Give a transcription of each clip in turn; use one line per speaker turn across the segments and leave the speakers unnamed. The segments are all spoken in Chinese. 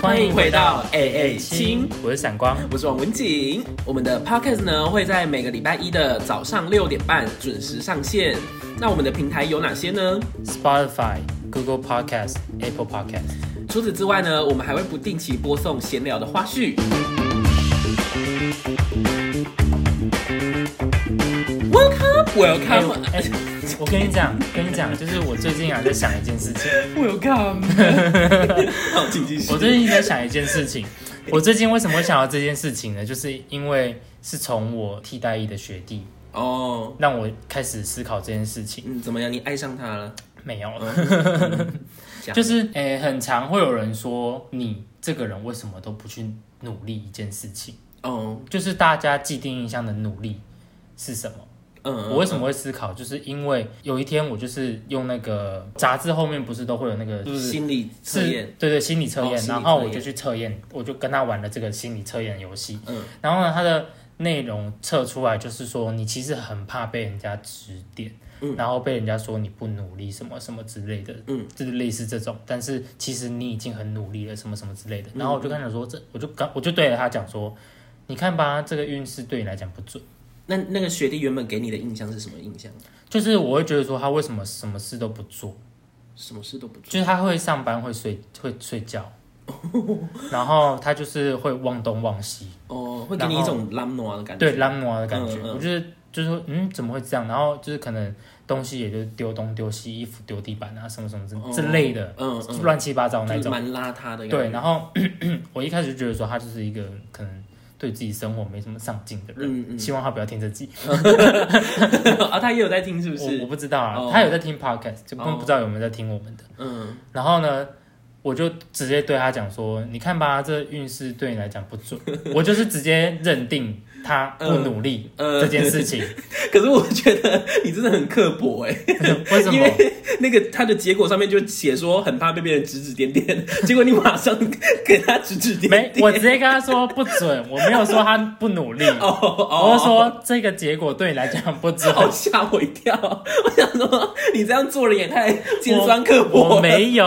欢迎回到哎哎亲，，
我是闪光，
我是王文景。我们的 podcast 呢会在每个礼拜一的早上六点半准时上线。那我们的平台有哪些呢？
Spotify、Google Podcast、Apple Podcast。
除此之外呢，我们还会不定期播送闲聊的花絮。Welcome,
哎
welcome,
我哎我跟你讲，跟你讲，就是我最近啊在想一件事 情，
welcome。好， 请继续。
我最近在想一件事情，我最近为什么会想到这件事情呢？就是因为是从我替代役的学弟
哦，
让我开始思考这件事情。
嗯，怎么样？你爱上他了？
没有，
这样
就是诶、很常会有人说你这个人为什么都不去努力一件事情，
哦，
就是大家既定印象的努力是什么？
嗯，
我为什么会思考，就是因为有一天我就是用那个杂志后面不是都会有那个就是
心理测
是
验？
对对心理测
哦
验，
心理
然后
测
我
验
就去测验，我就跟他玩了这个心理测验游戏。
嗯，
然后呢，它的内容测出来就是说你其实很怕被人家指点。
嗯
然后被人家说你不努力什么什么之类的，
嗯，
就是类似这种，但是其实你已经很努力了什么什么之类的。
嗯
然后我就跟他说，这我就刚我就对着他讲说，你看吧，这个运势对你来讲不准。
那那个学弟原本给你的印象是什么印象？
就是我会觉得说他为什么什么事都不做，
什么事都不做。
就是他会上班会睡会睡 觉，然后他就是会忘东忘西，
哦，会给你一
然后
种懒惰的感觉。
对拉姆啊的感觉，
嗯嗯
我就是就是说嗯怎么会这样？然后就是可能东西也就是丢东丢西，衣服丢地板啊什么什么之
哦
之类的，
嗯嗯
乱七八糟那
就是
种。
蛮邋遢的感觉。
对，然后 我一开始就觉得说他就是一个可能对自己生活没什么上进的人，
嗯嗯
希望他不要听这集。
啊，他也有在听，是不
我我
是？
不知道啊，
哦
他有在听 podcast，就根
哦
本不知道有没有在听我们的。
嗯，
然后呢，我就直接对他讲说：“你看吧，这运势对你来讲不 准。”我就是直接认定他不努力
呃
这件事 情。
可是我觉得你真的很刻薄哎、
为什
因
么？
为那个他的结果上面就写说很怕被别人指指点点，结果你马上给他指指点
没
点。，
我直接跟他说不准，我没有说他不努力，
哦哦，
我是说这个结果对你来讲不准。
哦吓我一跳，我想说你这样做人也太尖酸刻薄了
我没有。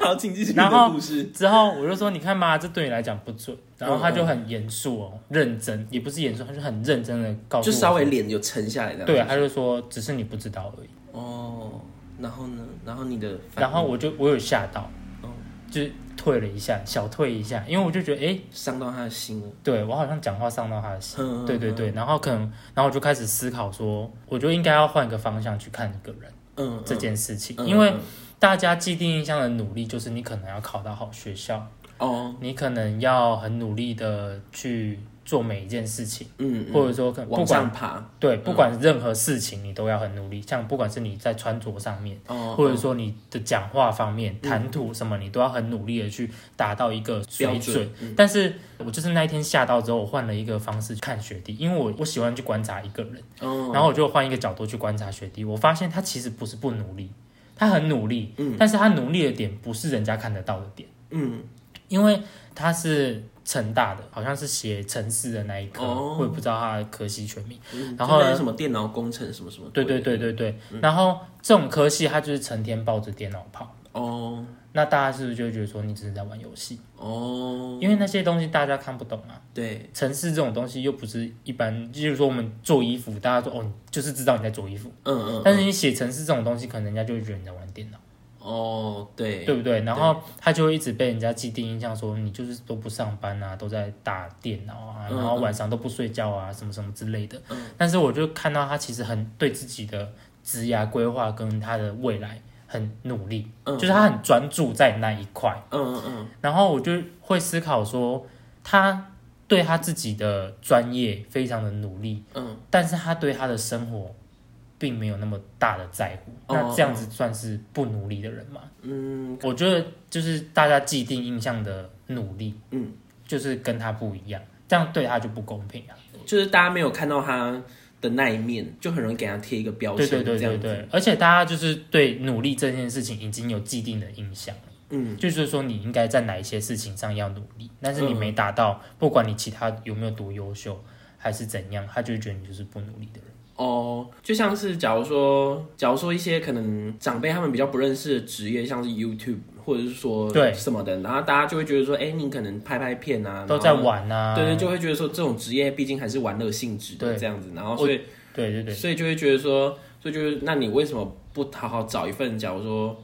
好，请继续你
然
的
后
故事。
之后我就说，你看吧，这对你来讲不准。然后他
嗯
就很严肃哦，认真，也不是严肃，他就很认真的告诉
就
我，
稍微脸有沉下来这样。
对，他就说，只是你不知道而已。
哦，然后呢？然后你的反应，
然后我就我有吓到，
哦
就是退了一下，小退一下，因为我就觉得，哎、
伤到他的心了。
对我好像讲话伤到他的心，
嗯
对对，对，然后可能，然后我就开始思考说，我就应该要换一个方向去看一个人
嗯，嗯
这件事情，
嗯
因为
嗯
大家既定印象的努力就是你可能要考到好学校，
哦，
你可能要很努力的去做每一件事情，
嗯，嗯
或者说可能不
往
管
上嗯爬。
对不管任何事情你都要很努力，像不管是你在穿着上面。
哦，
或者说你的讲话方面、
嗯
谈吐什么，你都要很努力的去达到一个水
标准嗯
准。但是我就是那一天吓到之后，我换了一个方式去看学弟，因为我我喜欢去观察一个人，
哦，
然后我就换一个角度去观察学弟，我发现他其实不是不努力，他很努力，但是他努力的点不是人家看得到的点，
嗯，
因为他是。成大的好像是写城市的那一科，
哦
我也不知道他的科系全名。
嗯
然后
就那
呢
些什么电脑工程什么什么，
对对，对对对，
嗯
然后这种科系他就是成天抱着电脑跑。
哦
那大家是不是就会觉得说你只是在玩游戏？
哦，
因为那些东西大家看不懂啊。
对，
城市这种东西又不是一般，就是说我们做衣服，大家说哦，你就是知道你在做衣服。
嗯嗯，
但是你写城市这种东西，可能人家就会觉得你在玩电脑，
哦对，
对不对？然后他就会一直被人家既定印象说你就是都不上班啊，都在打电脑啊，
嗯
然后晚上都不睡觉啊，什么什么之类的。但是我就看到他其实很对自己的职涯规划跟他的未来很努力，
嗯
就是他很专注在那一块。
嗯嗯嗯，
然后我就会思考说，他对他自己的专业非常的努力，
嗯，
但是他对他的生活并没有那么大的在乎，
哦
那这样子算是不努力的人吗？
嗯，
我觉得就是大家既定印象的努力，
嗯，
就是跟他不一样，这样对他就不公平啊。
就是大家没有看到他的那一面，就很容易给他贴一个标
对
签，
对对
这
对
样子，
对，而且大家就是对努力这件事情已经有既定的印象了，
嗯，
就是说你应该在哪一些事情上要努力，但是你没达到，不管你其他有没有多优秀还是怎样，他就会觉得你就是不努力的人。
哦，就像是假如说，假如说一些可能长辈他们比较不认识的职业，像是 YouTube 或者是说
对
什么的，然后大家就会觉得说，哎、你可能拍拍片啊，
都在
然后。
玩啊，
对对，就会觉得说这种职业毕竟还是玩乐性质的
对
这样子，然后所以
对对对
所以就会觉得说，所以就是那你为什么不好好找一份，假如说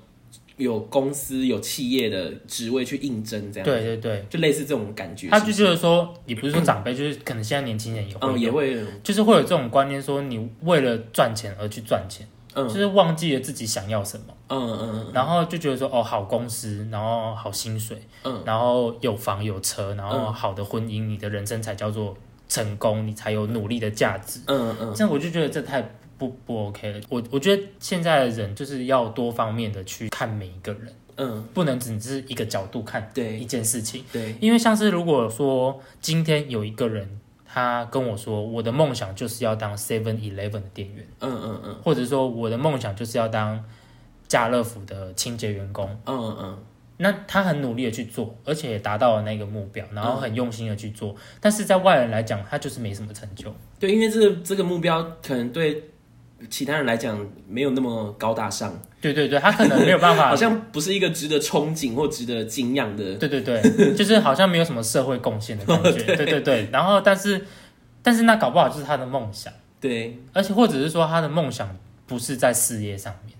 有公司有企业的职位去应征这样？，
对对对，
就类似这种感觉。
他
是
就
不是
觉得说，也不是说长辈，就是可能现在年轻人也会有
嗯也会
就是会有这种观念，说你为了赚钱而去赚钱，
嗯
就是忘记了自己想要什么，
嗯嗯
然后就觉得说哦，好公司，然后好薪水，
嗯，
然后有房有车，然后好的婚姻，你的人生才叫做成功，你才有努力的价值。
嗯嗯
这样我就觉得这太不不 OK 了。我我觉得现在的人就是要多方面的去看每一个人，
嗯，
不能只是一个角度看一
对
件事情。
对，
因为像是如果说今天有一个人，他跟我说我的梦想就是要当 Seven Eleven 的店员，
嗯嗯嗯
或者说我的梦想就是要当家乐福的清洁员工，
嗯嗯
那他很努力的去做，而且也达到了那个目标，然后很用心的去做，但是在外人来讲，他就是没什么成就。
对，因为这个这个目标可能对其他人来讲没有那么高大上，
对对对，他可能没有办 法
好。像不是一个值得憧憬或值得敬仰的。
对对对，就是好像没有什么社会贡献的感 觉。对对对，然后但是但是那搞不好就是他的梦想，
对，
而且或者是说他的梦想不是在事业上面。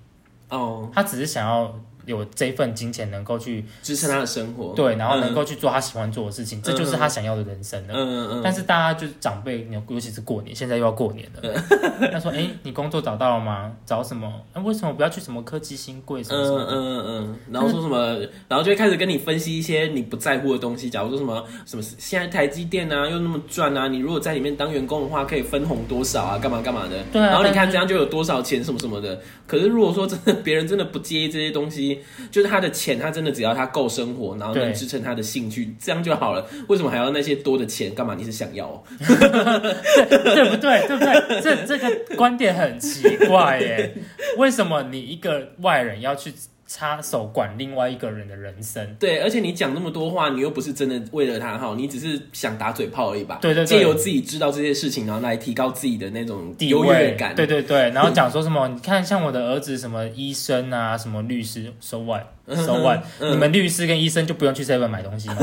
哦，
他只是想要有这份金钱能够去
支撑他的生活。
对，然后能
嗯
够去做他喜欢做的事情，这就是他想要的人生了。
嗯嗯嗯，
但是大家就是长辈，尤其是过年，现在又要过年了，
嗯
他说：“哎、你工作找到了吗？找什么？那、为什么不要去什么科技新贵什么什么
嗯
的？
嗯嗯，然后说什么，然后就会开始跟你分析一些你不在乎的东西。假如说什么什么，现在台积电啊又那么赚啊，你如果在里面当员工的话，可以分红多少啊，干嘛干嘛的。
对啊
然后你
但
看
是
这样就有多少钱什么什么的。可是如果说真的别人真的不介意这些东西，就是他的钱，他真的只要他够生活，然后能
对
支撑他的兴趣，这样就好了。为什么还要那些多的钱？干嘛？你是想要、哦？嗯
对不对？对不对？这这个观点很奇怪 耶，为什么你一个外人要去插手管另外一个人的人生？
对，而且你讲那么多话，你又不是真的为了他好，你只是想打嘴炮而已吧？
对对对
借由自己知道这些事情，然后来提高自己的那种
地
优
位
越感。
对对对，然后讲说什么？你看，像我的儿子什么医生啊，什么律师，so what，so what？、你
嗯
们律师跟医生就不用去 seven 买东 西吗？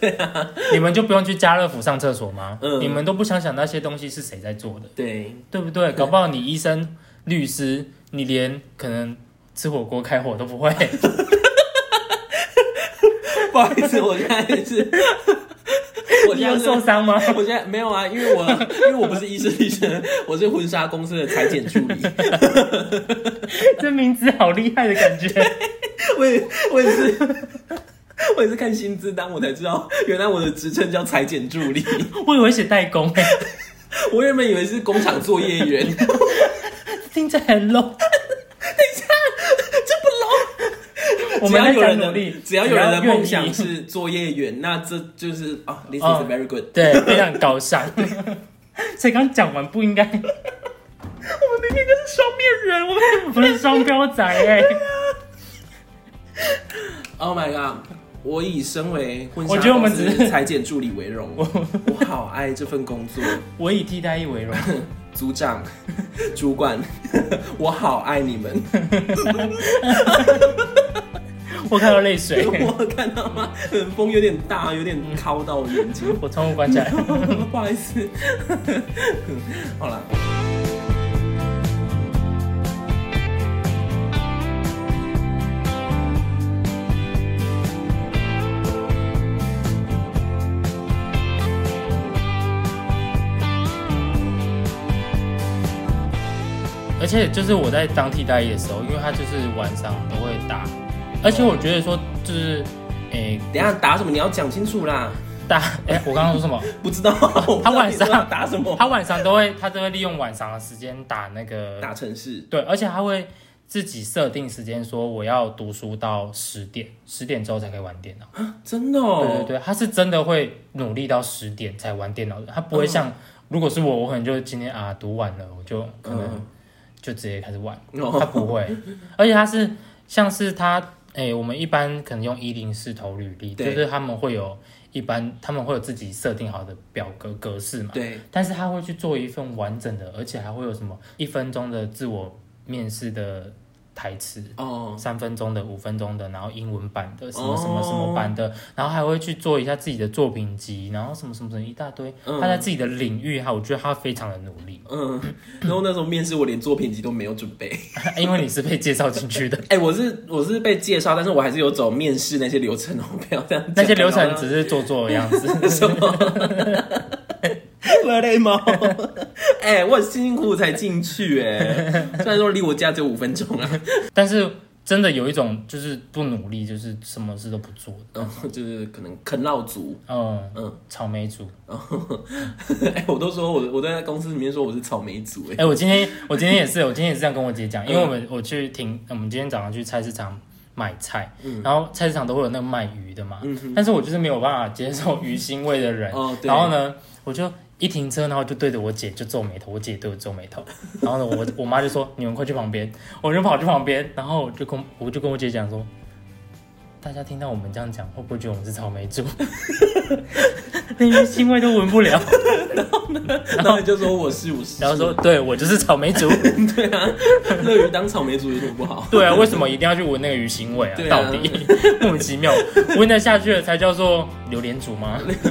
对啊，你们就不用去家乐福上厕所吗？
嗯
你们都不想想那些东西是谁在做的，
对
对不对？搞不好你医生、律师，你连可能吃火锅开火都不会，
不好意思，我现在 是， 我
你
现在
有
是
受伤 吗？
我现在没有啊，因为我因为我不是医生医生，我是婚纱公司的裁 剪助理。
这名字好厉害的感觉。
我也我也是，我也是看薪资单我才知道，原来我的职称叫裁剪助理。
我以为写代工、欸，
我原本以为是工厂作业员，
听起来很 low。
只
等一
要
下，这不
有
low。我们在
人
努
的
力，
只要有人的梦
愿
想
意
是作业员，那这就是啊、t h i s
哦
is very good。
对，非常高尚。 所以刚讲完不 应该，我们明明就是双面人，我们不是双标仔哎、
Oh my god！我以身为婚纱
我觉得我们
公司
只是
裁剪助理 为荣，我好爱这份工作。
我以替代役为荣，
组长、 主管， 我好爱 你们。
我看到泪 水，
我看到吗？嗯风有点大，有点靠到我眼睛。
我窗户关起来。
不好意思。 好了。
而且就是我在当替代役的时候，因为他就是晚上都会打，而且我觉得说就是，哎、
等一下打什么？你要讲清楚啦！
打，哎、我刚刚说什么？
不知道，我不知道
他晚上
你要打什么？
他晚上都会，他都会利用晚上的时间打那个
打城市。
对，而且他会自己设定时间，说我要读书到十点，十点之后才可以玩电脑。
真的哦。
对对对，他是真的会努力到十点才玩电脑的，他不
嗯
会像、如果是我，我可能就今天啊读完了，我就可能就直接开始玩。
嗯哦
他不会，而且他是像是他哎、我们一般可能用一零四投履历，就
对
是他们会有一般他们会有自己设定好的表格格式嘛，
对，
但是他会去做一份完整的，而且还会有什么一分钟的自我面试的台词，
哦，
三分钟的、五分钟的，然后英文版的，什么什么什么版的，然后还会去做一下自己的作品集，然后什么什么什么一大堆。
嗯
他在自己的领域哈，我觉得他非常的努力，
嗯，然后那时候面试我连作品集都没有准备，
因为你是被介绍进去 的，
哎、我是我是被介绍，但是我还是有走面试那些流程哦， 不要这样讲。
那些流程只是做做的样子。
什么？热泪猫， 哎、我很辛苦才进去哎、 虽然说离我家只有五分钟啊，
但是真的有一种就是不努力，就是什么事都不做的。
然后哦就是可能啃老族，
嗯
嗯
嗯，草莓族。
然后哎、我都说我我在公司里面说我是草莓族哎、
哎、我今天我今天 也是，我今天也是这样跟我姐讲，因为我
嗯
们我去停，我们今天早上去菜市场买菜，
嗯
然后菜市场都会有那个卖鱼的嘛，但是我就是没有办法接受鱼腥味的人，
嗯哦对
然后呢，我就一停车，然后就对着我姐就皱眉头，我姐也对我皱眉头，然后呢，我我妈就说你们快去旁边，我就跑去旁边，然后我就跟我就跟我姐讲说。大家听到我们这样讲，会不会觉得我们是草莓族？ 那鱼腥味都闻不了。
然后你就说我是我是，
然后说，对我就是草莓族。
对啊，乐于当草莓族有什么不好？
对啊，为什么一定要去闻那个鱼腥味啊？
对啊
到底 莫名其妙，闻得下去的才叫做榴莲族吗？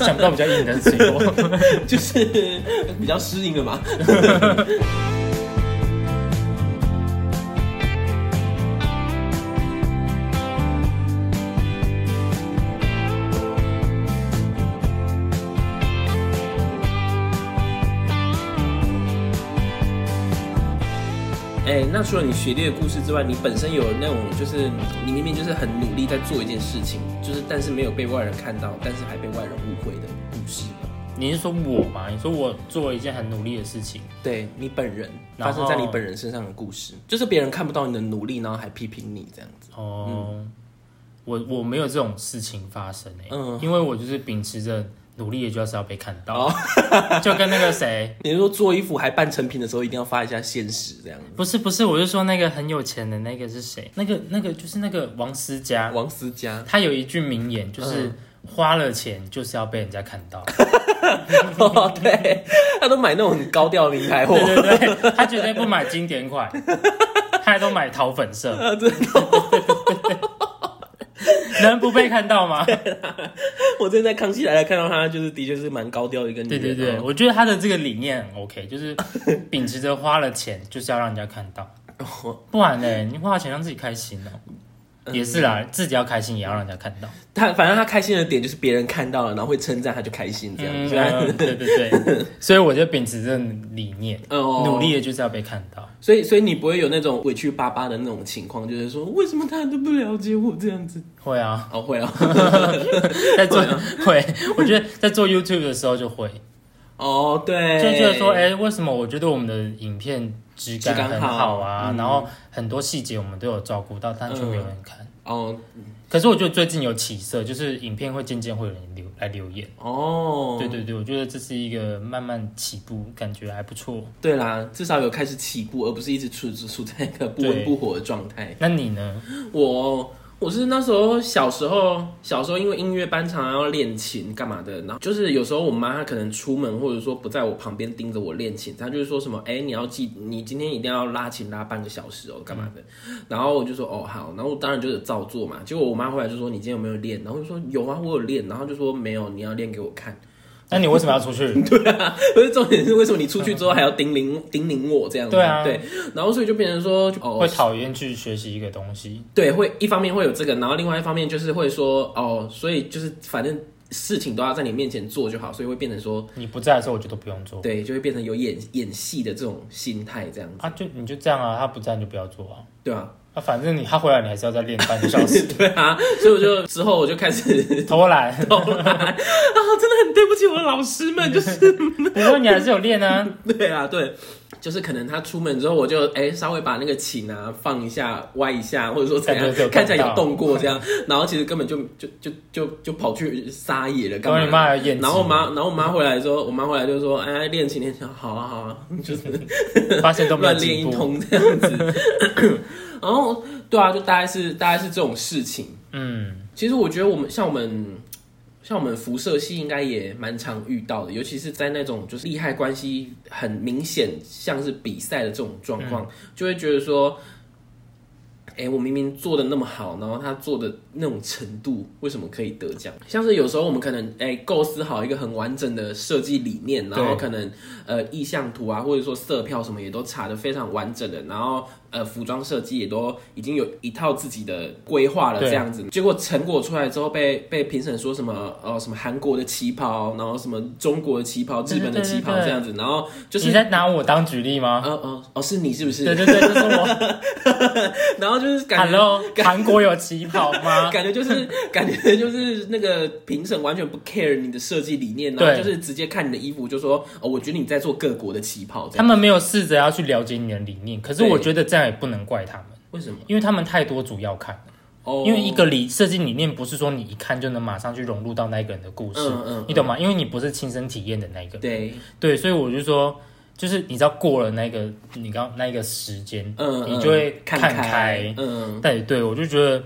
想不到比较硬的水果。
就是比较适应了嘛。 哎、那除了你学历的故事之外，你本身有那种就是你明明就是很努力在做一件事情，就是但是没有被外人看到，但是还被外人误会的故事吗？
你是说我吗？你说我做了一件很努力的事情，
对你本人
然
发
后
生在你本人身上的故事，就是别人看不到你的努力，然后还批评你这样子。
哦，我我没有这种事情发生哎、
嗯
因为我就是秉持着努力，也就是要被看到，
哦
就跟那个谁，
你是说做衣服还半成品的时候，一定要发一下现实这样子？
不是不是，我就说那个很有钱的那个是谁？那个那个就是那个王思佳，
王嗯思佳，
他有一句名言，就是、花了钱就是要被人家看到。
哦，对，他都买那种很高调的名牌货
对，对对，他绝对不买经典款， 他都买桃粉色。
啊
能不被看到 吗？
我之前在《康熙来了》看到他，就是的确是蛮高调的一个女
对
人。
对对，
哦，
我觉得他的这个理念很 OK，就是秉持着花了钱就是要让人家看到，不然呢，你花了钱让自己开心哦、
嗯
也是啦，自己要开心也要让人家看到。
他反正他开心的点就是别人看到了，然后会称赞他就开心这样
嗯，
子。嗯
对对对，所以我就秉持这种理念，
哦
努力的就是要被看到。
所以所以你不会有那种委屈巴巴的那种情况，就是说为什么他都不了解我这样子？
会啊，
哦，会啊，
在做 会，我觉得在做 YouTube 的时候就会，
哦，对，
就觉得说，哎、为什么我觉得我们的影片质
质感
感很
好
好啊，
嗯
然后很多细节我们都有照顾到，但却没有人看。
哦
可是我觉得最近有起色，就是影片会渐渐会有人留来留言。
哦，
对对对，我觉得这是一个慢慢起步，感觉还不错。
对啦，至少有开始起步，而不是一直处处处在一个不温
对
不火的状态。
那你呢？
我我是那时候小时候，小时候因为音乐班常常要练琴干嘛的，然后就是有时候我妈她可能出门或者说不在我旁边盯着我练琴，她就是说什么，哎、你要记，你今天一定要拉琴拉半个小时哦，干嘛的。
嗯
然后我就说哦好，然后我当然就是照做嘛。结果我妈回来就说你今天有没有练？然后我就说有啊，我有练。然后就说没有，你要练给我看。
那你为什么要出去？
不是重点是为什么你出去之后还要叮咛叮咛我这样
嗯
子？
对啊
对，然后所以就变成说，就 哦
会，讨厌去学习一个东西。
对，会一方面会有这个，然后另外一方面就是会说哦，所以就是反正事情都要在你面前做就好，所以会变成说，
你不在的时候，我就都不用做
对，就会变成有演演戏的这种心态这样子，
啊，就你就这样啊，他不在你就不要做啊。
对啊，
啊，反正你他回来，你还是要再练半个小 时。
对啊，所以我就之后我就开始
偷懒，
偷懒啊，真的很对不起我的老师们，就是
不过你还是有练啊。
对啊，对。就是可能他出门之后，我就哎、稍微把那个琴啊放一下、歪一下，或者说怎
感觉是有动
样，看起来有
到
动过这样，然后其实根本就就就就就跑去撒野了， 干
然后
嘛的？
你妈还验，
然后我妈，然后我妈回来说，我妈回来就说，哎，练琴练琴，好啊好啊， 就是
发现都没有
乱练
进
一
步，
通这样子。 然后对啊，就大概是大概是这种事情。
嗯，
其实我觉得我们像我们像我们辐射系应该也蛮常遇到的，尤其是在那种就是利害关系很明显，像是比赛的这种状况，就会觉得说。哎、我明明做的那么好，然后他做的那种程度，为什么可以得奖？像是有时候我们可能哎、构思好一个很完整的设计理念，然后
对
可能呃意向图啊，或者说色票什么也都查的非常完整的，然后呃服装设计也都已经有一套自己的规划了
对
这样子，结果成果出来之后被被评审说什么呃什么韩国的旗袍，然后什么中国的旗袍、
对
日本的旗袍
对对对
这样子，然后就是
你在拿我当举例吗？
呃呃哦是你是不
对
是？
对对，就是 我。
然后就是感觉
Hello，韩国有旗袍吗？
感觉 就是感觉就是那个评审完全不 care 你的设计理念，然后
对
就是直接看你的衣服就说哦，我觉得你在做各国的旗袍这
他
样。
们没有试着要去了解你的理念，可是
对
我觉得这样也不能怪他们，
为什么？
因为他们太多主要看了。
哦，
因为一个理设计理念不是说你一看就能马上去融入到那一个人的故事，
嗯嗯
你懂吗？因为你不是亲身体验的那一个人，
对，
对，所以我就说，就是你知道过了那个你刚那一个时间，
嗯，
你就会
看
看
开
开，
嗯，
对对，我就觉得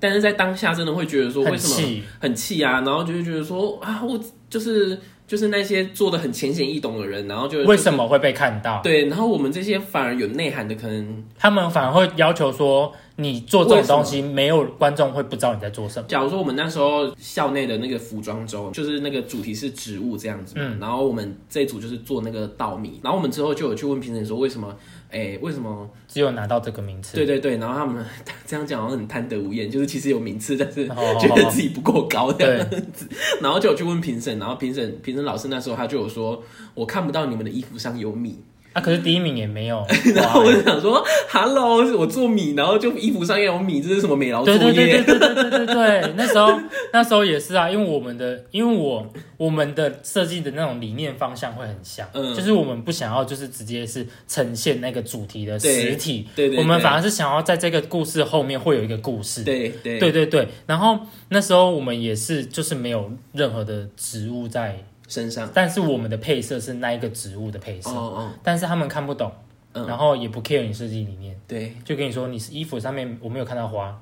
但是在当下真的会觉得说
很
为什么
气，
很气啊，然后就会觉得说啊，我就是就是那些做的很浅显易懂的人，然后就
为什么会被看到？
对，然后我们这些反而有内涵的可能。
他们反而会要求说，你做这种东西，没有观众会不知道你在做什么。
假如说我们那时候校内的那个服装周，就是那个主题是植物这样子嘛，
嗯
然后我们这一组就是做那个稻米，然后我们之后就有去问评审说为什么，哎、为什么？
只有拿到这个名次，
对对对，然后他们 这样讲好像很贪得无厌，就是其实有名次，但是
哦哦哦
觉得自己不够高这样
对，
然后就有去问评审，然后评审评审老师那时候他就有说，我看不到你们的衣服上有米，
啊，可是第一名也没有，
然后我就想说，Hello，我做米，然后就衣服上要有米，这是什么美劳作
对
业？
对对对对对对对对，那时候那时候也是啊，因为我们的因为我我们的设计的那种理念方向会很像，
嗯
就是我们不想要就是直接是呈现那个主题的实体，
对对对
我们反而是想要在这个故事后面会有一个故事，
对对
对对对然后那时候我们也是就是没有任何的植物在，
身上，
但是我们的配色是那一个植物的配色，
哦哦，
但是他们看不懂，
嗯
然后也不 care 你设计理念，
对，
就跟你说你是衣服上面我没有看到花。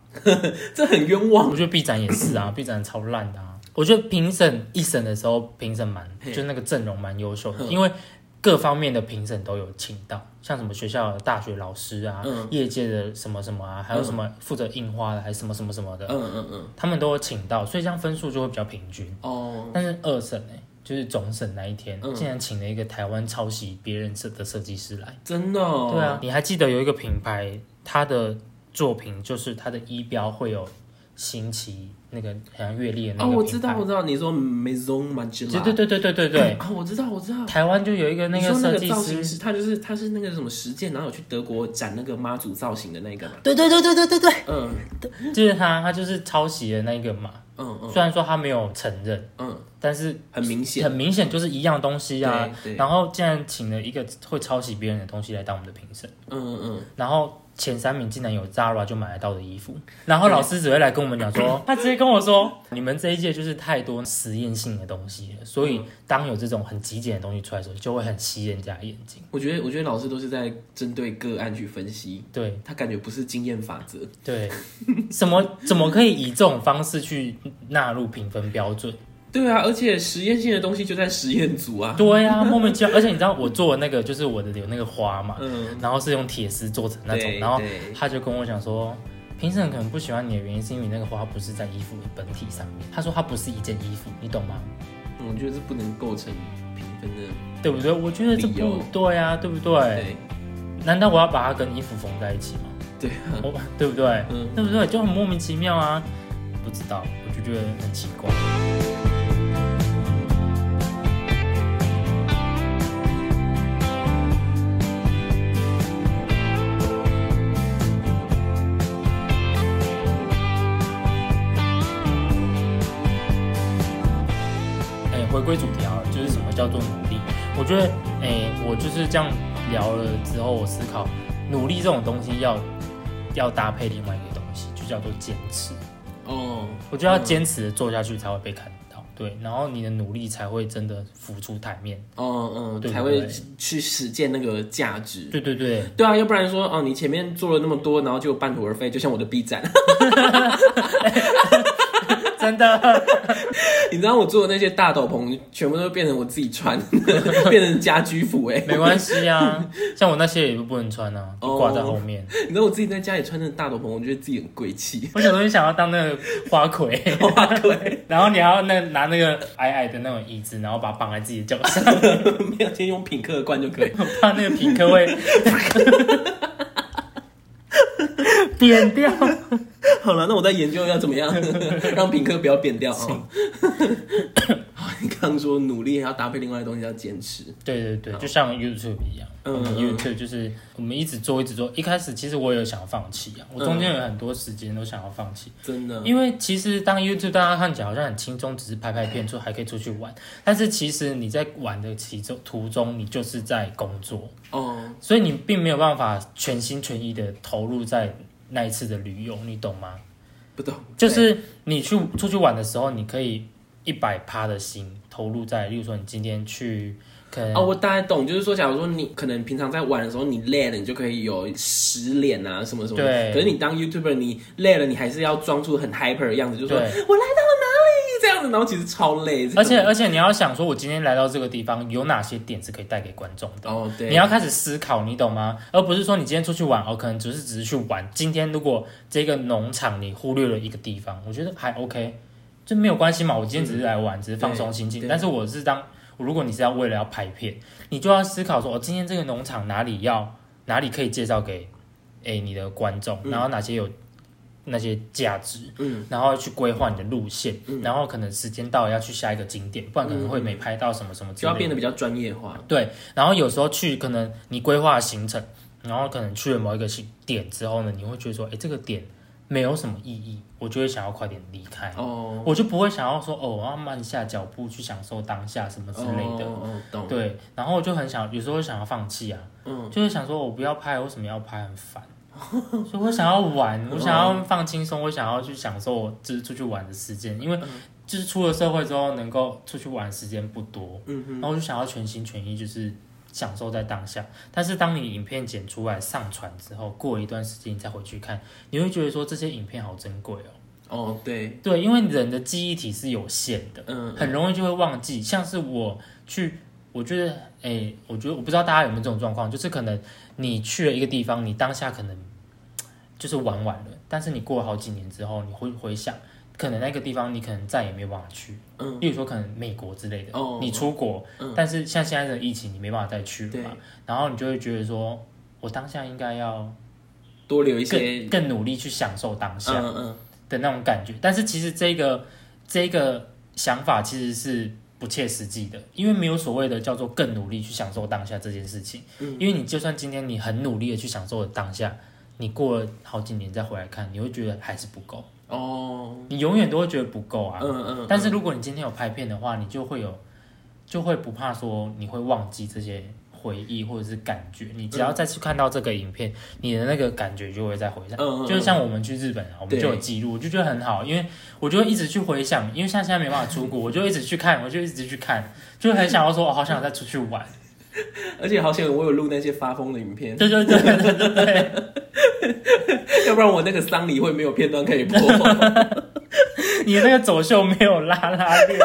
这很冤枉。
我觉得 B 展也是 啊，B 展超烂的啊。我觉得评审一审的时候，评审蛮
嘿嗯
就那个阵容蛮优秀的，因为各方面的评审都有请到，像什么学校的大学老师啊，
嗯
业界的什么什么啊，还有什么负责印花的，还是什么什么什么的，
嗯嗯嗯，
他们都有请到，所以这样分数就会比较平均。
哦，
但是二审哎、就是总审那一天，
嗯
竟然请了一个台湾抄袭别人设的设计师来。
真的、哦，
对啊，，你还记得有一个品牌，它的作品就是它的衣标会有星期那个好像月历的那
哦，
个
我知
品
道，
牌。
我知道，你说 Maison Margiela，
对对对对对对对，
啊，我知道，我知道。
台湾就有一个那
你
个
说那
设
个
计
造型
师，
师，他就是他是那个什么实践，然后有去德国展那个妈祖造型的那个嘛。
对对对对对对对，
嗯
就是他，他就是抄袭的那个嘛。
嗯
虽然说他没有承认，
嗯，
但是
很明显。
很明显就是一样东西啊。
对对
然后竟然请了一个会抄袭别人的东西来当我们的评审。
嗯嗯
然后前三名竟然有 Zara 就买得到的衣服，然后老师只会来跟我们讲说， 他直接跟我说，你们这一届就是太多实验性的东西了，所以当有这种很极简的东西出来的时候，就会很吸人家眼睛。
嗯，我觉得我觉得老师都是在针对个案去分析，
对
他感觉不是经验法则。
对，什么怎么可以以这种方式去纳入评分标准？
对啊，而且实验性的东西就在实验组啊。
对啊，莫名其妙。而且你知道我做的那个就是我的有那个花嘛，
嗯，
然后是用铁丝做成那种，
对
然后
对
他就跟我讲说，评审可能不喜欢你的原因是因为你那个花不是在衣服的本体上面，他说它不是一件衣服，你懂吗？
我觉得这不能构成评分的。
对不对？我觉得这
理
不
由
对啊，对不对？
对
难道我要把它跟衣服缝在一起吗？
对啊，
我对不对？
嗯
对不对？就很莫名其妙啊，不知道，我就觉得很奇怪。哎，回归主题啊，就是什么叫做努力？我觉得，哎，我就是这样聊了之后，我思考努力这种东西要要搭配另外一个东西，就叫做坚持。
哦，
我觉得要坚持地做下去才会被看到，对，然后你的努力才会真的浮出台面。
哦嗯，
对
才
对
会
对
去实践那个价值。
对对对，
对啊，要不然说哦，你前面做了那么多，然后就半途而废，就像我的 B 站，
真的，
你知道我做的那些大斗篷，全部都变成我自己穿，变成家居服哎、
没关系啊，像我那些也不能穿啊，就挂在后面。
你知道我自己在家里穿那个大斗篷，我觉得自己很贵气。
我小时候就想要当那个花魁，
对，
然后你还要那拿那个矮矮的那种椅子，然后把它绑在自己的脚上，
没有先用品客罐就可以。
怕那个品客会 扁掉。
好了，那我再研究要怎么样 让品客不要变掉啊、哦。好，你刚刚说努力还要搭配另外的东西要坚持。
对对对，就像 YouTube 一样，
嗯
嗯
嗯
YouTube 就是我们一直做一直做。一开始其实我也有想要放弃啊，我中
嗯
间有很多时间都想要放弃，
真的，
因为其实当 YouTube 大家看起来好像很轻松，只是拍拍片，就还可以出去玩。但是其实你在玩的其中途中，你就是在工作，
哦，
所以你并没有办法全心全意的投入在那一次的旅游，你懂吗？
不懂，
就是你去出去玩的时候，你可以一百趴的心投入在，例如说你今天去可能
哦，我大概懂，就是说，假如说你可能平常在玩的时候，你累了，你就可以有失恋啊什么什么的。
对
可是你当 YouTuber，你累了，你还是要装出很 hyper 的样子，就说我来
对
到了哪里这样子，然后其实超累。这样
而且而且你要想说，我今天来到这个地方，有哪些点是可以带给观众的？
哦，对，
你要开始思考，你懂吗？而不是说你今天出去玩，哦，可能只是只是去玩。今天如果这个农场你忽略了一个地方，我觉得还 OK，就没有关系嘛。我今天只是来玩，只是放松心
嗯对
情。但是我是当，如果你是要为了要拍片，你就要思考说，哦，今天这个农场哪里要，哪里可以介绍给，诶你的观众，然后哪些有那些价值，
嗯，
然后去规划你的路线，然后可能时间到了要去下一个景点，不然可能会
嗯
没拍到什么什么之类
就要
的。
变得比较专业化。
对，然后有时候去可能你规划行程，然后可能去了某一个行点之后呢，你会觉得说，哎，这个点没有什么意义，我就会想要快点离开，
哦，
我就不会想要说，哦，我要慢下脚步去享受当下什么之类的。
哦，哦懂。
对，然后我就很想，有时候会想要放弃啊，
嗯
就会想说我不要拍，为什么要拍，很烦。 所以我想要玩，我想要放轻松，我想要去享受我就是出去玩的时间，
嗯
因为就是出了社会之后，能够出去玩的时间不多，
嗯
然后我就想要全心全意，就是享受在当下。但是当你影片剪出来上传之后，过一段时间你再回去看，你会觉得说这些影片好珍贵哦。
哦，对，
对，因为人的记忆体是有限的，
嗯，
很容易就会忘记。像是我去，我觉得，哎、我觉得我不知道大家有没有这种状况，就是可能你去了一个地方，你当下可能就是玩完了，但是你过了好几年之后，你回回想，可能那个地方你可能再也没有办法去。
嗯，
例如说可能美国之类的，
哦
你出国，但是像现在的疫情，你没办法再去了嘛，然后你就会觉得说，我当下应该要
多留一些
更。更努力去享受当下。
嗯嗯，
的那种感觉。但是其实这个这个想法其实是不切实际的，因为没有所谓的叫做更努力去享受当下这件事情。
嗯
因为你就算今天你很努力的去享受了当下，你过了好几年再回来看，你会觉得还是不够，
哦，
你永远都会觉得不够啊。
嗯嗯，
但是如果你今天有拍片的话，你就会有就会不怕说你会忘记这些。回忆或者是感觉，你只要再去看到这个影片，你的那个感觉就会再回来。
嗯嗯
就是像我们去日本啊，我们
对
就有记录，我就觉得很好，因为我就会一直去回想，因为像现在没办法出国，我就一直去看，我就一直去看，就很想要说，我、好想再出去玩。
而且好险我有录那些发疯的影片，
对对对对对对，
要不然我那个丧礼会没有片段可以播。
你那个走秀没有拉拉链。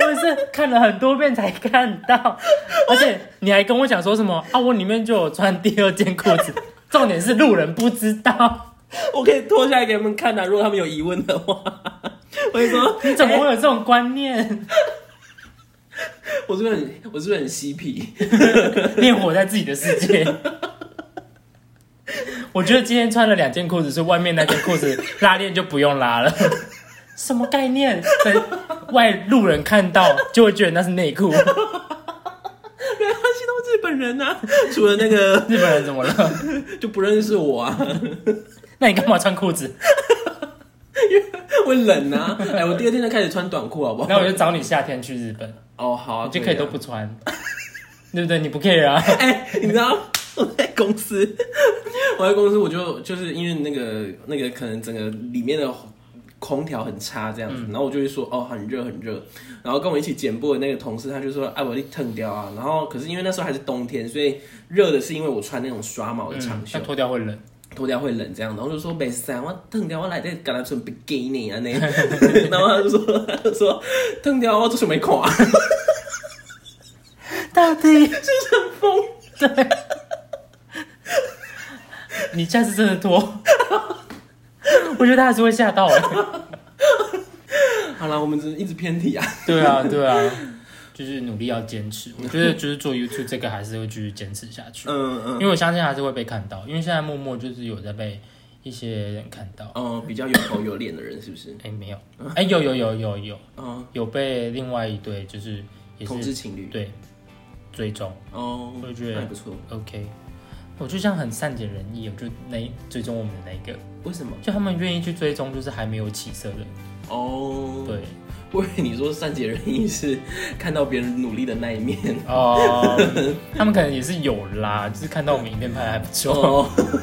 我也是看了很多遍才看到，而且你还跟我讲说什么啊？我里面就有穿第二件裤子，重点是路人不知道，
我可以脱下来给他们看啊，如果他们有疑问的话， 我跟你说，
你怎么会有这种观念？
我是不是很，我是不是很嬉皮？
你也活在自己的世界。 我觉得今天穿了两件裤子，是外面那件裤子拉链就不用拉了， 什么概念？在外路人看到就会觉得那是内裤。
没关系，都是日本人啊，除了那个
日本人怎么了？
就不认识我啊，
那你干嘛穿裤子？
会冷啊。哎，我第二哦天就开始穿短裤，好不好？
那我就找你夏天去日本，
哦，好啊，
就可以
啊
都不穿。对不对？你不 care 啊？
哎、你知道我在公司，我在公司我就就是因为那个那个可能整个里面的空调很差这样
嗯
子，然后我就会说哦很热很热，然后跟我一起剪布的那个同事他就说哎、我得烫掉啊，然后可是因为那时候还是冬天，所以热的是因为我穿那种刷毛的长
嗯
袖
那。脱掉会冷，
脱掉会冷这样，然后就说没事啊，我烫掉我来在跟他穿 bikini 啊那， 然后他就说他就说烫掉啊我做什么看，
到 底
就是很疯。
你下次真的脱，我觉得他还是会吓到哎、
好了，我们只是一直偏题啊。
对啊，对啊，就是努力要坚持。我觉得就是做 YouTube 这个还是会继续坚持下去，
嗯嗯
因为我相信还是会被看到，因为现在默默就是有在被一些人看到。
哦，比较有头有脸的人是不是？
哎、没有，哎、有有有有有
哦，
有被另外一对就是也
同
是
志情侣。
对追踪
哦，
我觉得
那还不错。
，OK。我就这样很善解人意，我就那一追踪我们的那一个，
为什么？
就他们愿意去追踪，就是还没有起色的，
哦，
对，
我以为你说善解人意是看到别人努力的那一面。
哦，他们可能也是有啦，就是看到我们影片拍得还不错。
哦，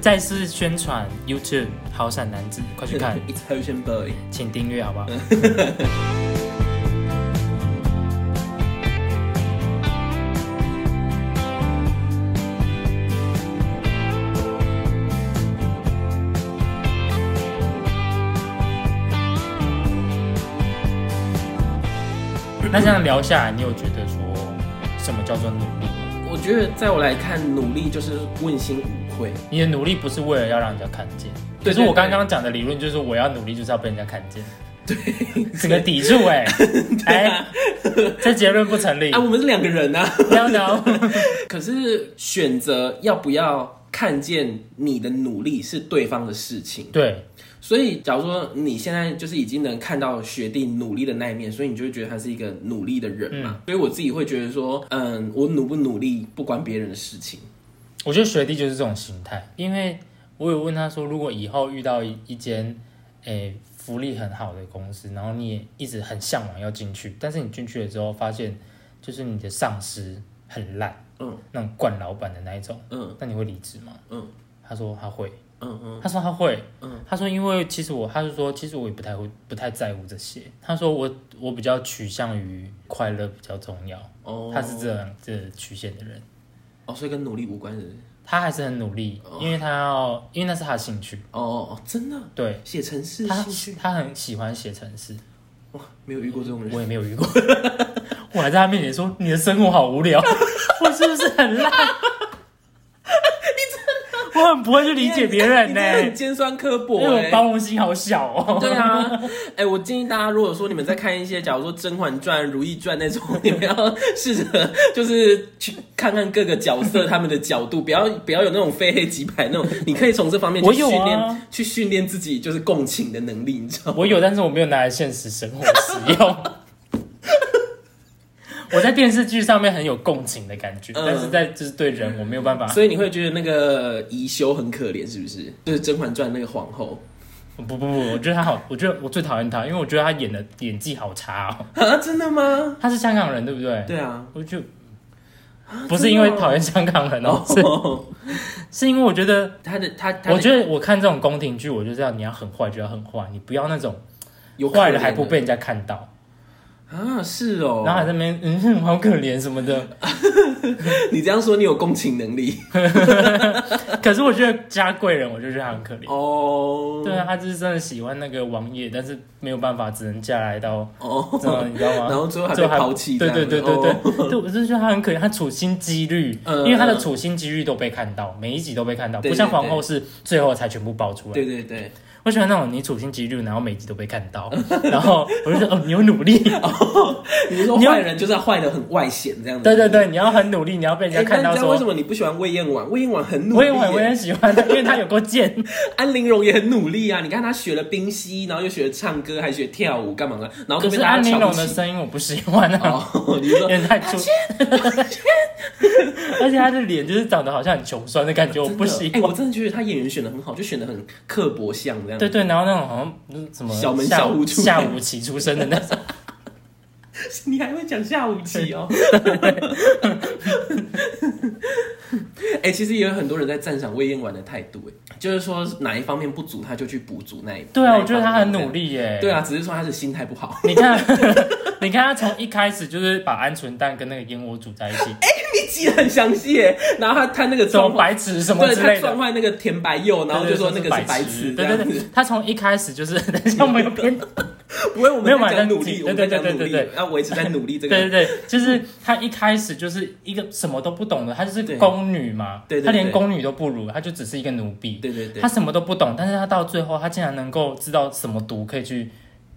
再次宣传 YouTube《好闪男子》，快去 看，
It's Ocean Boy。
请订阅好不好？那这样聊下来，你有觉得说什么叫做努力吗？
我觉得在我来看，努力就是问心无愧。
你的努力不是为了要让人家看见，
对
可是
对
我
对
刚刚讲的理论就是我要努力就是要被人家看见，对，整个抵触 哎、哎、这结论不成立
啊啊，，我们是两个人啊。
要聊，
可是选择要不要看见你的努力是对方的事情。
对，
所以，假如说你现在就是已经能看到学弟努力的那一面，所以你就会觉得他是一个努力的人
嗯
嘛。所以我自己会觉得说，嗯，我努不努力不关别人的事情。
我觉得学弟就是这种心态，因为我有问他说，如果以后遇到一一间诶、福利很好的公司，然后你也一直很向往要进去，但是你进去了之后发现，就是你的上司很烂，
嗯，
那种惯老板的那一种，
嗯，
那你会离职吗？
嗯，
他说他会。
嗯嗯
他说他会，
嗯
他说因为其实我，他是说其实我也不太会，不太在乎这些。他说我我比较取向于快乐比较重要，
哦，
他是这样这曲线的人，
哦，所以跟努力无关是不是？
他还是很努力，因为他要，因为那是他的兴趣，
哦哦哦，真的
对
写程式
他
兴趣
他很喜欢写程式，
哇，没有遇过这种人。
我也没有遇过， 我还在他面前说你的生活好无聊， 我是不是很烂？ 我很不会去理解别人
你
呢、
真的很尖酸刻薄、
因为我
欸。
包容心好小哦、
对啊， 哎、我建议大家，如果说你们在看一些，假如说《甄嬛传》《如懿传》那种，你们要试着就是去看看各个角色他们的角度，不要不要有那种非黑即白那种。你可以从这方面去
我有
训
啊
练，去训练自己就是共情的能力，你知道吗？
我有，但是我没有拿来现实生活使用。 我在电视剧上面很有共情的感觉，
嗯
但是在就是对人我没有办法。
所以你会觉得那个宜修很可怜，是不是？就是《甄嬛传》那个皇后
不不不，我觉得他好，我觉得我最讨厌他，因为我觉得他演的演技好差哦。
啊，真的吗？
他是香港人，对不对？
对啊，
我就不是因为讨厌香港人哦，是是因为我觉得，
他的他，他的
我觉得我看这种宫廷剧，我就知道你要很坏就要很坏，你不要那种
有可
坏了
怜
还不
的
被人家看到，
啊，是哦。
然后还在那边嗯哼好可怜什么的。
你这样说，你有共情能力
可是我觉得加贵人，我就觉得他很可怜。
哦。
对啊，他就是真的喜欢那个王爷，但是没有办法，只能嫁来到，
哦，
这样你知道吗？
然后最后还
最
被
后还
抛弃这
对
样
对
子，
对对对
哦，
对我真的觉得他很可怜，他处心积虑，
嗯
因为他的处心积虑都被看到，每一集都被看到，
对
不像
对对
皇后是最后才全部爆出来。
对对对，
我喜欢那种你处心积虑，然后每集都被看 到，然后我就说哦，你有努力，
你说
你要
坏人就是要坏的很外显这样子，
对对对，你要很努力，你要被
哎。
人家看到
那你知道为什
说。
么你不喜欢魏燕婉？魏燕婉很努
我
力
也
耶，
我也很喜欢他，因为他有够贱。
安陵容也很努力啊！你看她学了冰嬉，然后又学唱歌，还学跳舞，干嘛呢？然后
可
都
是
哦被大
安
家
陵
瞧
容
不
的
起。
声音我不喜欢 啊。
哦，你说
有点太粗， 而且他的脸就是长得好像很穷酸的感觉，我不喜
真的哎，我真的觉得她演员选的很好，就选的很刻薄像这样。
对对，然后那种好像嗯什么
小门
下
小户出
下午起出生的那种，
你还会讲下五集哦？哎、其实也有很多人在赞赏魏燕婉的态度，哎，就是说哪一方面不足，他就去补足那一。
对啊，
那一
我觉得他
方
很
面
努。力耶。
对，啊，只是说他的心态不好。
你看，你看他 从一开始就是把鹌鹑蛋跟那个烟火煮在一起，
你记得很详细耶，然后他他那个
什么
撞坏，
白纸什么
对
之
他
类
撞
的。
坏那个甜白釉，然后就说那个是白
痴，
痴，
对对
这样
对
子，
他从一开始就是， 等一下我们有偏
不会，我
没有
们
买
在讲
单
努力，
对
我们在讲
对对
努
对
力
对，
要维持在努力这
对对
个。
对，就是她一开始就是一个什么都不懂的，她就是
对
宫女嘛，
对对对
她连宫女都不如，她就只是一个奴婢，
对对对
她，什么都不懂，但是她到最后，她竟然能够知道什么毒可以去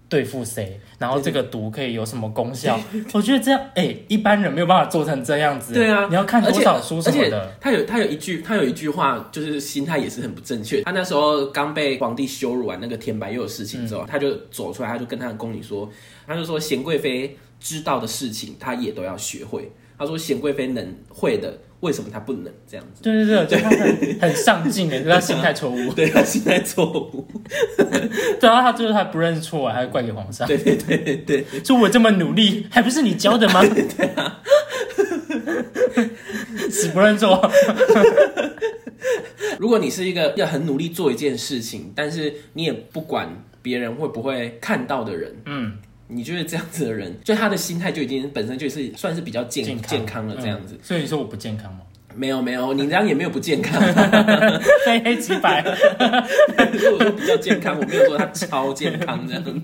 对付谁，然后这个毒可以有什么功效， 我觉得这样，哎、一般人没有办法做成这样子，
对啊
你要看
而
多
且
少书什
而
么
且
的，
他有他有一句他有一句话，就是心态也是很不正确。他那时候刚被皇帝羞辱完那个田白釉的事情之
嗯
后，他就走出来，他就跟他的宫女说，他就说贤贵妃知道的事情，她也都要学会。他说贤贵妃能会的，为什么她不能这样子？
对对对，就她很很上进的，对她心态错误，
对，他心态错误。
对啊，她最后还不认错，还怪给皇上，
对对对对对。 啊
说我这么努力，还不是你教的 吗？ 死不认错。
如果你是一个要很努力做一件事情，但是你也不管别人会不会看到的人，
嗯，
你觉得这样子的人，就他的心态就已经本身就是算是比较健
健康嗯
了这样子。
所以你说我不健康吗？
没有没有，你这样也没有不健康。
非黑即白，
所以我说比较健康，我没有说他超健康这样子。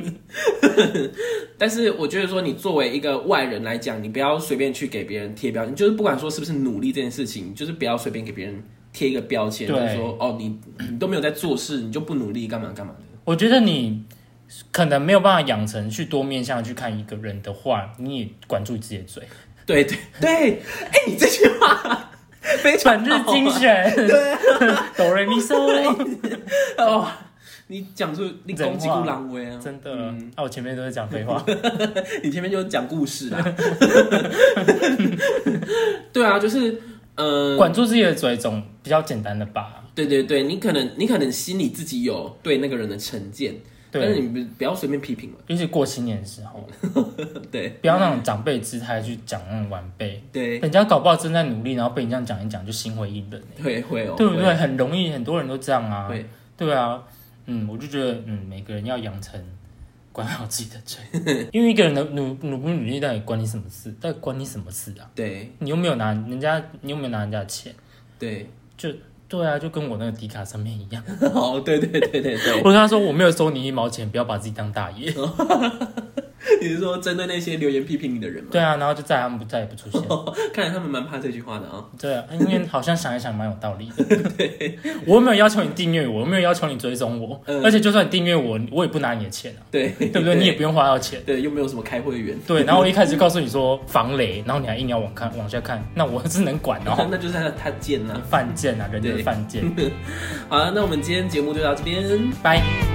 嗯但是我觉得说，你作为一个外人来讲，你不要随便去给别人贴标签，就是不管说是不是努力这件事情，就是不要随便给别人贴一个标签，就
对
是说哦，你你都没有在做事，你就不努力，干嘛干嘛的。
我觉得你可能没有办法养成去多面向去看一个人的话，你也管住自己的嘴，
对对对， 哎、你这句话非常
本日
好啊
精选，哆瑞咪嗦，
哦， 你讲出你
人
攻击
话
顾狼威啊，
真的。那、我前面都是讲废话，
你前面就是讲故事啦。 对啊，就是呃，
管住自己的嘴总比较简单的吧？
对对对，你可能你可能心里自己有对那个人的成见，但是
对，
你不不要随便批评 了。
尤其过新年的时候，
对
不要那种长辈姿态去讲那种晚辈。
对
人家搞不好正在努力，然后被你这样讲一讲，就心灰意冷欸、
会会哦，
对不对？
会？
很容易，很多人都这样啊。
会，
对啊，嗯，我就觉得，嗯，每个人要养成管好自己的嘴， 因为一个人的努努不努力，到底关你什么事？到底关你什么事啊？
对
你又没有拿人家，你又没有拿人家的钱，
对，
就对啊，就跟我那个迪卡上面一样。
哦对对对对
我
对，
跟他说我没有收你一毛钱，不要把自己当大 爷。
你是说针对那些留言批评你的人吗？
对啊，然后就再也他们不再也不出现。
看来他们蛮怕这句话的啊。
对啊，因为好像想一想蛮有道理 的。我又没有要求你订阅我，我没有要求你追踪我，
嗯
而且就算你订阅我，我也不拿你的钱啊，
对
对不对？你也不用花到钱。
对，又没有什么开会员，
对，然后我一开始就告诉你说防雷，然后你还硬要往看往下看，那我是能管哦。
那就是他他贱呐。
犯贱啊，人就是
对
犯贱。
啊好了，那我们今天节目就到这边。
拜。